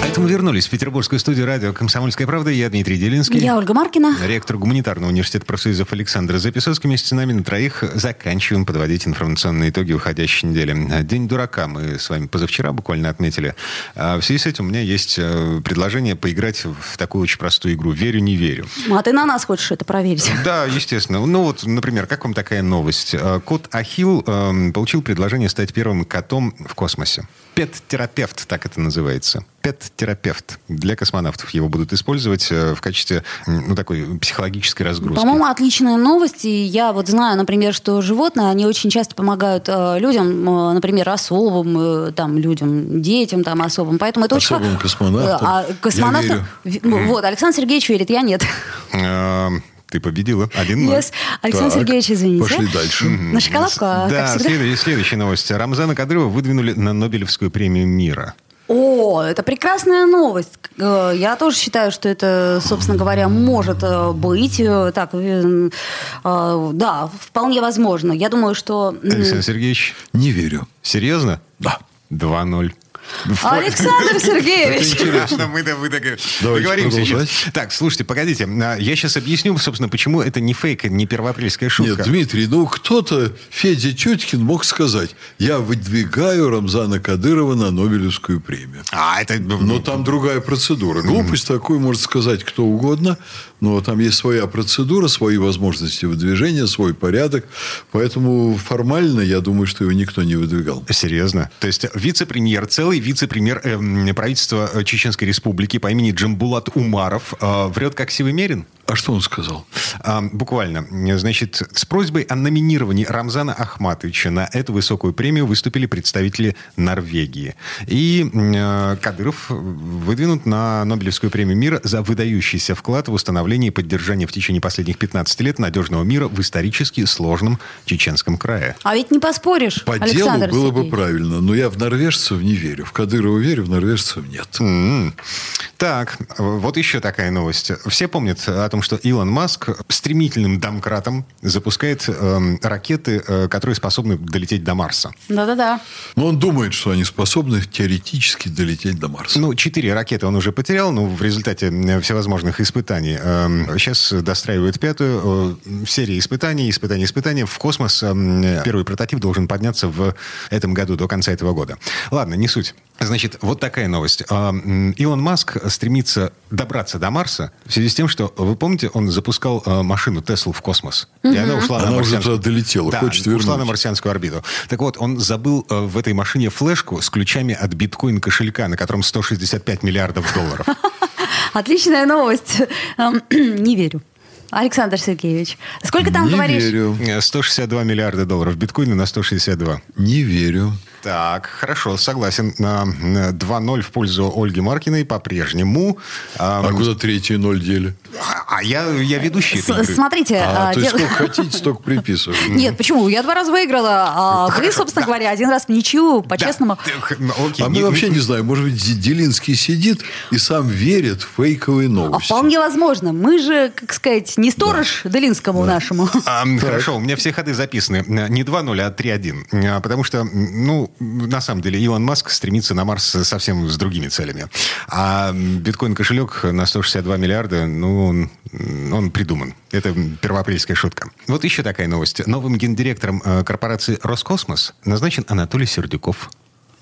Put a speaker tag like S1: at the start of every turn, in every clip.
S1: Поэтому вернулись в петербургскую студию радио «Комсомольская правда». Я Дмитрий Делинский.
S2: Я Ольга Маркина.
S1: Ректор гуманитарного университета профсоюзов Александр Записоцкий вместе с нами на троих заканчиваем подводить информационные итоги уходящей недели. День дурака мы с вами позавчера буквально отметили. А в связи с этим у меня есть э, предложение поиграть в такую очень простую игру «Верю, не верю».
S2: А ты на нас хочешь это проверить?
S1: Да, естественно. Ну вот, например, как вам такая новость? Э, Кот Ахилл эм, получил предложение стать первым котом в космосе. Пет-терапевт, так это называется. Пет-терапевт. Для космонавтов его будут использовать э, в качестве м, ну, такой психологической разгрузки.
S2: По-моему, отличная новость. И я вот знаю, например, что животные, они очень часто помогают э, людям, э, например, особым э, там людям, детям там особым. Поэтому это очень...
S3: Особым
S2: хо-
S3: космонавтам.
S2: А,
S3: Я
S2: космонавтам-
S3: верю.
S2: Ви- ну, Вот, Александр Сергеевич верит, я нет.
S1: Эм, Ты победила. Один
S2: Yes. Александр
S3: Ну, Так,
S2: Сергеевич, извините.
S3: Пошли дальше.
S2: На шоколадку, а,
S1: Да,
S2: как всегда.
S1: следующая, следующая новость. Рамзана Кадырова выдвинули на Нобелевскую премию мира.
S2: О, это прекрасная новость. Э, Я тоже считаю, что это, собственно говоря, может э, быть. Э, Так, э, э, да, вполне возможно. Я думаю, что... м,
S1: Александр Сергеевич,
S3: Не верю.
S1: серьезно? Да. 2-0.
S2: Александр Сергеевич!
S1: Интересно, Ну, мы, да- мы так-
S3: Давайте
S1: договоримся еще.
S3: продолжать.
S1: Так, слушайте, погодите. А, Я сейчас объясню, собственно, почему это не фейк, не первоапрельская
S3: Нет,
S1: шутка.
S3: Дмитрий, ну кто-то, Федя Чуткин, мог сказать, я выдвигаю Рамзана Кадырова на Нобелевскую премию.
S1: А, это...
S3: Но там другая процедура. Глупость такую может сказать кто угодно, но там есть своя процедура, свои возможности выдвижения, свой порядок. Поэтому формально, я думаю, что его никто не выдвигал.
S1: Серьезно? То есть вице-премьер, целый вице-премьер эм, правительства э, Чеченской Республики по имени Джамбулат Умаров э, врет как сивый мерин?
S3: А что он сказал?
S1: А, Буквально. Значит, с просьбой о номинировании Рамзана Ахматовича на эту высокую премию выступили представители Норвегии. И э, Кадыров выдвинут на Нобелевскую премию мира за выдающийся вклад в установление и поддержание в течение последних 15 лет надежного мира в исторически сложном чеченском крае.
S2: А ведь не поспоришь,
S3: По
S2: Александр
S3: делу было бы
S2: Сергеевич.
S3: правильно, но я в норвежцев не верю. В Кадырова верю, в норвежцев нет.
S1: М. Так, вот еще такая новость. Все помнят о том, что Илон Маск стремительным домкратом запускает эм, ракеты, э, которые способны долететь до Марса.
S2: Да-да-да.
S3: Но он думает, что они способны теоретически долететь до Марса.
S1: Ну, четыре ракеты он уже потерял, ну, в результате э, всевозможных испытаний. Сейчас достраивают пятую э, серию испытаний, испытаний, испытаний. В космос эм, э, первый прототип должен подняться в этом году, до конца этого года. Ладно, не суть. Значит, вот такая новость. А, м, Илон Маск стремится добраться до Марса в связи с тем, что, вы помните, он запускал э, машину Теслу в космос. И она ушла на
S3: Она уже
S1: марсианскую-
S3: туда долетела,
S1: Да,
S3: хочет
S1: ушла на
S3: вернуть.
S1: марсианскую орбиту. Так вот, он забыл э, в этой машине флешку с ключами от биткоин-кошелька, на котором 165 миллиардов долларов.
S2: Отличная новость. Эм, Не верю. Александр Сергеевич, сколько там
S3: не
S2: говоришь?
S3: верю.
S1: Э, 162 миллиарда долларов. Биткоины на 162.
S3: Не верю.
S1: Так, хорошо, согласен. На на 2-0 в пользу Ольги Маркиной по-прежнему. Эм,
S3: А куда третий ноль дели?
S1: А я, я ведущий этой
S2: С-
S1: игры.
S2: Смотрите,
S3: А,
S2: а,
S3: то есть
S2: дел-
S3: сколько хотите, столько приписываю.
S2: нет, почему? Я два раза выиграла,
S3: Ну,
S2: а вы,
S1: Хорошо,
S2: собственно
S1: да.
S2: говоря, один раз в ничью,
S1: Да,
S2: по-честному.
S1: ты- х- ну, окей,
S3: А
S1: не-
S3: мы вообще не знаем, может быть, Зи- Делинский сидит и сам верит в фейковые
S2: А
S3: новости.
S2: Вполне возможно. Мы же, как сказать, не сторож Делинскому нашему.
S1: А, м, хорошо, у меня все ходы записаны. Э, Не 2-0, а 3-1. Э, Потому что, м, ну, на самом деле, Илон Маск стремится на Марс совсем с другими целями. А м, биткоин-кошелек на 162 миллиарда, ну, он, м, он придуман. Это м, первоапрельская шутка. Вот еще такая новость. Новым гендиректором э, корпорации «Роскосмос» назначен Анатолий Сердюков.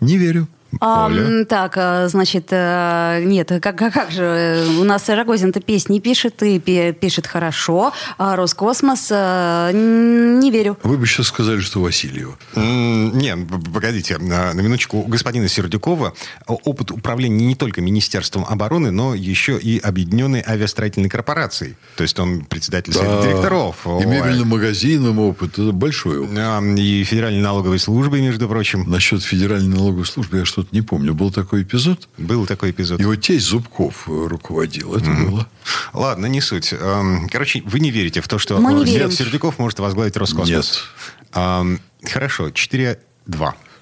S3: Не верю.
S2: А,
S1: Оля?
S2: м, так, а, значит, э, нет, как, как, как же, э, у нас Рогозин-то песни пишет, и пе- пишет хорошо, а Роскосмос, э, н- не верю.
S3: Вы бы сейчас сказали, что Васильева.
S1: М, Не, п- погодите, э, на минуточку. У господина Сердюкова о- опыт управления не только Министерством обороны, но еще и Объединенной авиастроительной корпорацией. То есть он председатель
S3: Э,
S1: совета директоров.
S3: А, И мебельным магазином опыт. Это большой опыт.
S1: А, И Федеральной налоговой службы, между прочим.
S3: Насчет Федеральной налоговой службы я что-то не помню. Был такой эпизод.
S1: Был такой эпизод.
S3: Его тесть Зубков э, руководил. Это было.
S1: Ладно, не суть. Эм, Короче, вы не верите в то, что
S2: Мы не
S1: э,
S2: верим.
S1: Сердюков может возглавить Роскосмос. Нет. Хорошо, 4-2.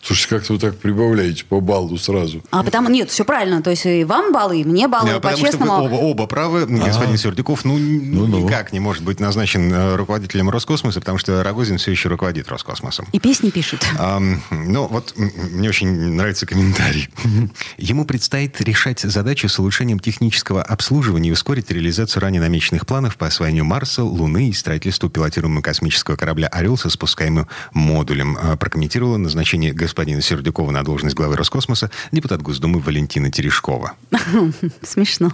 S3: Слушайте, как-то вы так прибавляете по баллу сразу.
S2: А потому... Нет, все правильно. То есть и вам баллы, и мне баллы,
S1: Да, Э, а потому что вы
S2: по-честному.
S1: оба, оба правы. Господин Сердюков, ну,
S3: Ну-ну.
S1: никак не может быть назначен э, руководителем Роскосмоса, потому что Рогозин все еще руководит Роскосмосом.
S2: И песни
S1: А,
S2: пишет.
S1: Ам, ну, вот м, мне очень нравится комментарий. Ему предстоит решать задачу с улучшением технического обслуживания и ускорить реализацию ранее намеченных планов по освоению Марса, Луны и строительству пилотируемого космического корабля «Орел» со спускаемым модулем. А, Прокомментировала назначение господина Сердюкова на должность главы Роскосмоса депутат Госдумы Валентина Терешкова.
S2: Смешно.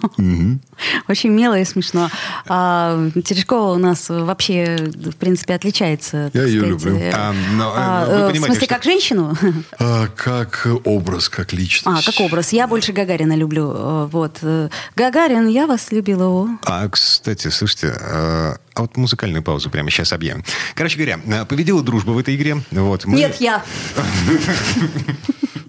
S2: Очень мило и смешно. А, Терешкова у нас вообще, в принципе, отличается. так
S3: Я её
S2: сказать,
S3: люблю.
S2: э,
S1: А, но, э,
S2: а,
S1: вы
S2: э, в
S1: понимаете,
S2: смысле,
S1: что-
S2: как женщину?
S3: А как образ, как
S2: А,
S3: личность.
S2: как образ. Я больше Гагарина люблю. э, Вот. Э, Гагарин, я вас любила. о.
S1: А, кстати, слушайте, э, а вот музыкальную паузу прямо сейчас объявим. Короче говоря, э, победила дружба в этой игре. Вот, мы-
S2: Нет, я.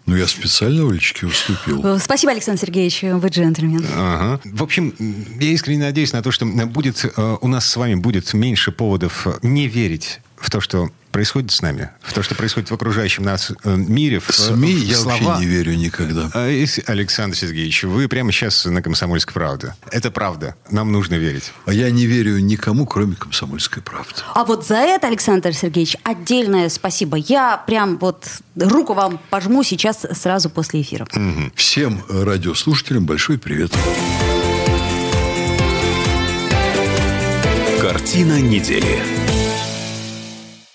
S3: Ну, я специально Олечке уступил.
S2: Э, Спасибо, Александр Сергеевич, э, вы джентльмен.
S1: Ага. В общем, м, я искренне надеюсь на то, что м, будет, э, у нас с вами будет меньше поводов э, не верить в то, что происходит с нами, в то, что происходит в окружающем нас э, мире, в,
S3: В СМИ
S1: в
S3: я
S1: слова.
S3: вообще не верю никогда.
S1: А, и с- Александр Сергеевич, вы прямо сейчас на «Комсомольской правде». Это правда. Нам нужно верить.
S3: А я не верю никому, кроме комсомольской правды.
S2: А вот за это, Александр Сергеевич, отдельное спасибо. Я прям вот руку вам пожму сейчас сразу после эфира.
S3: Всем э, радиослушателям большой привет.
S4: Картина недели.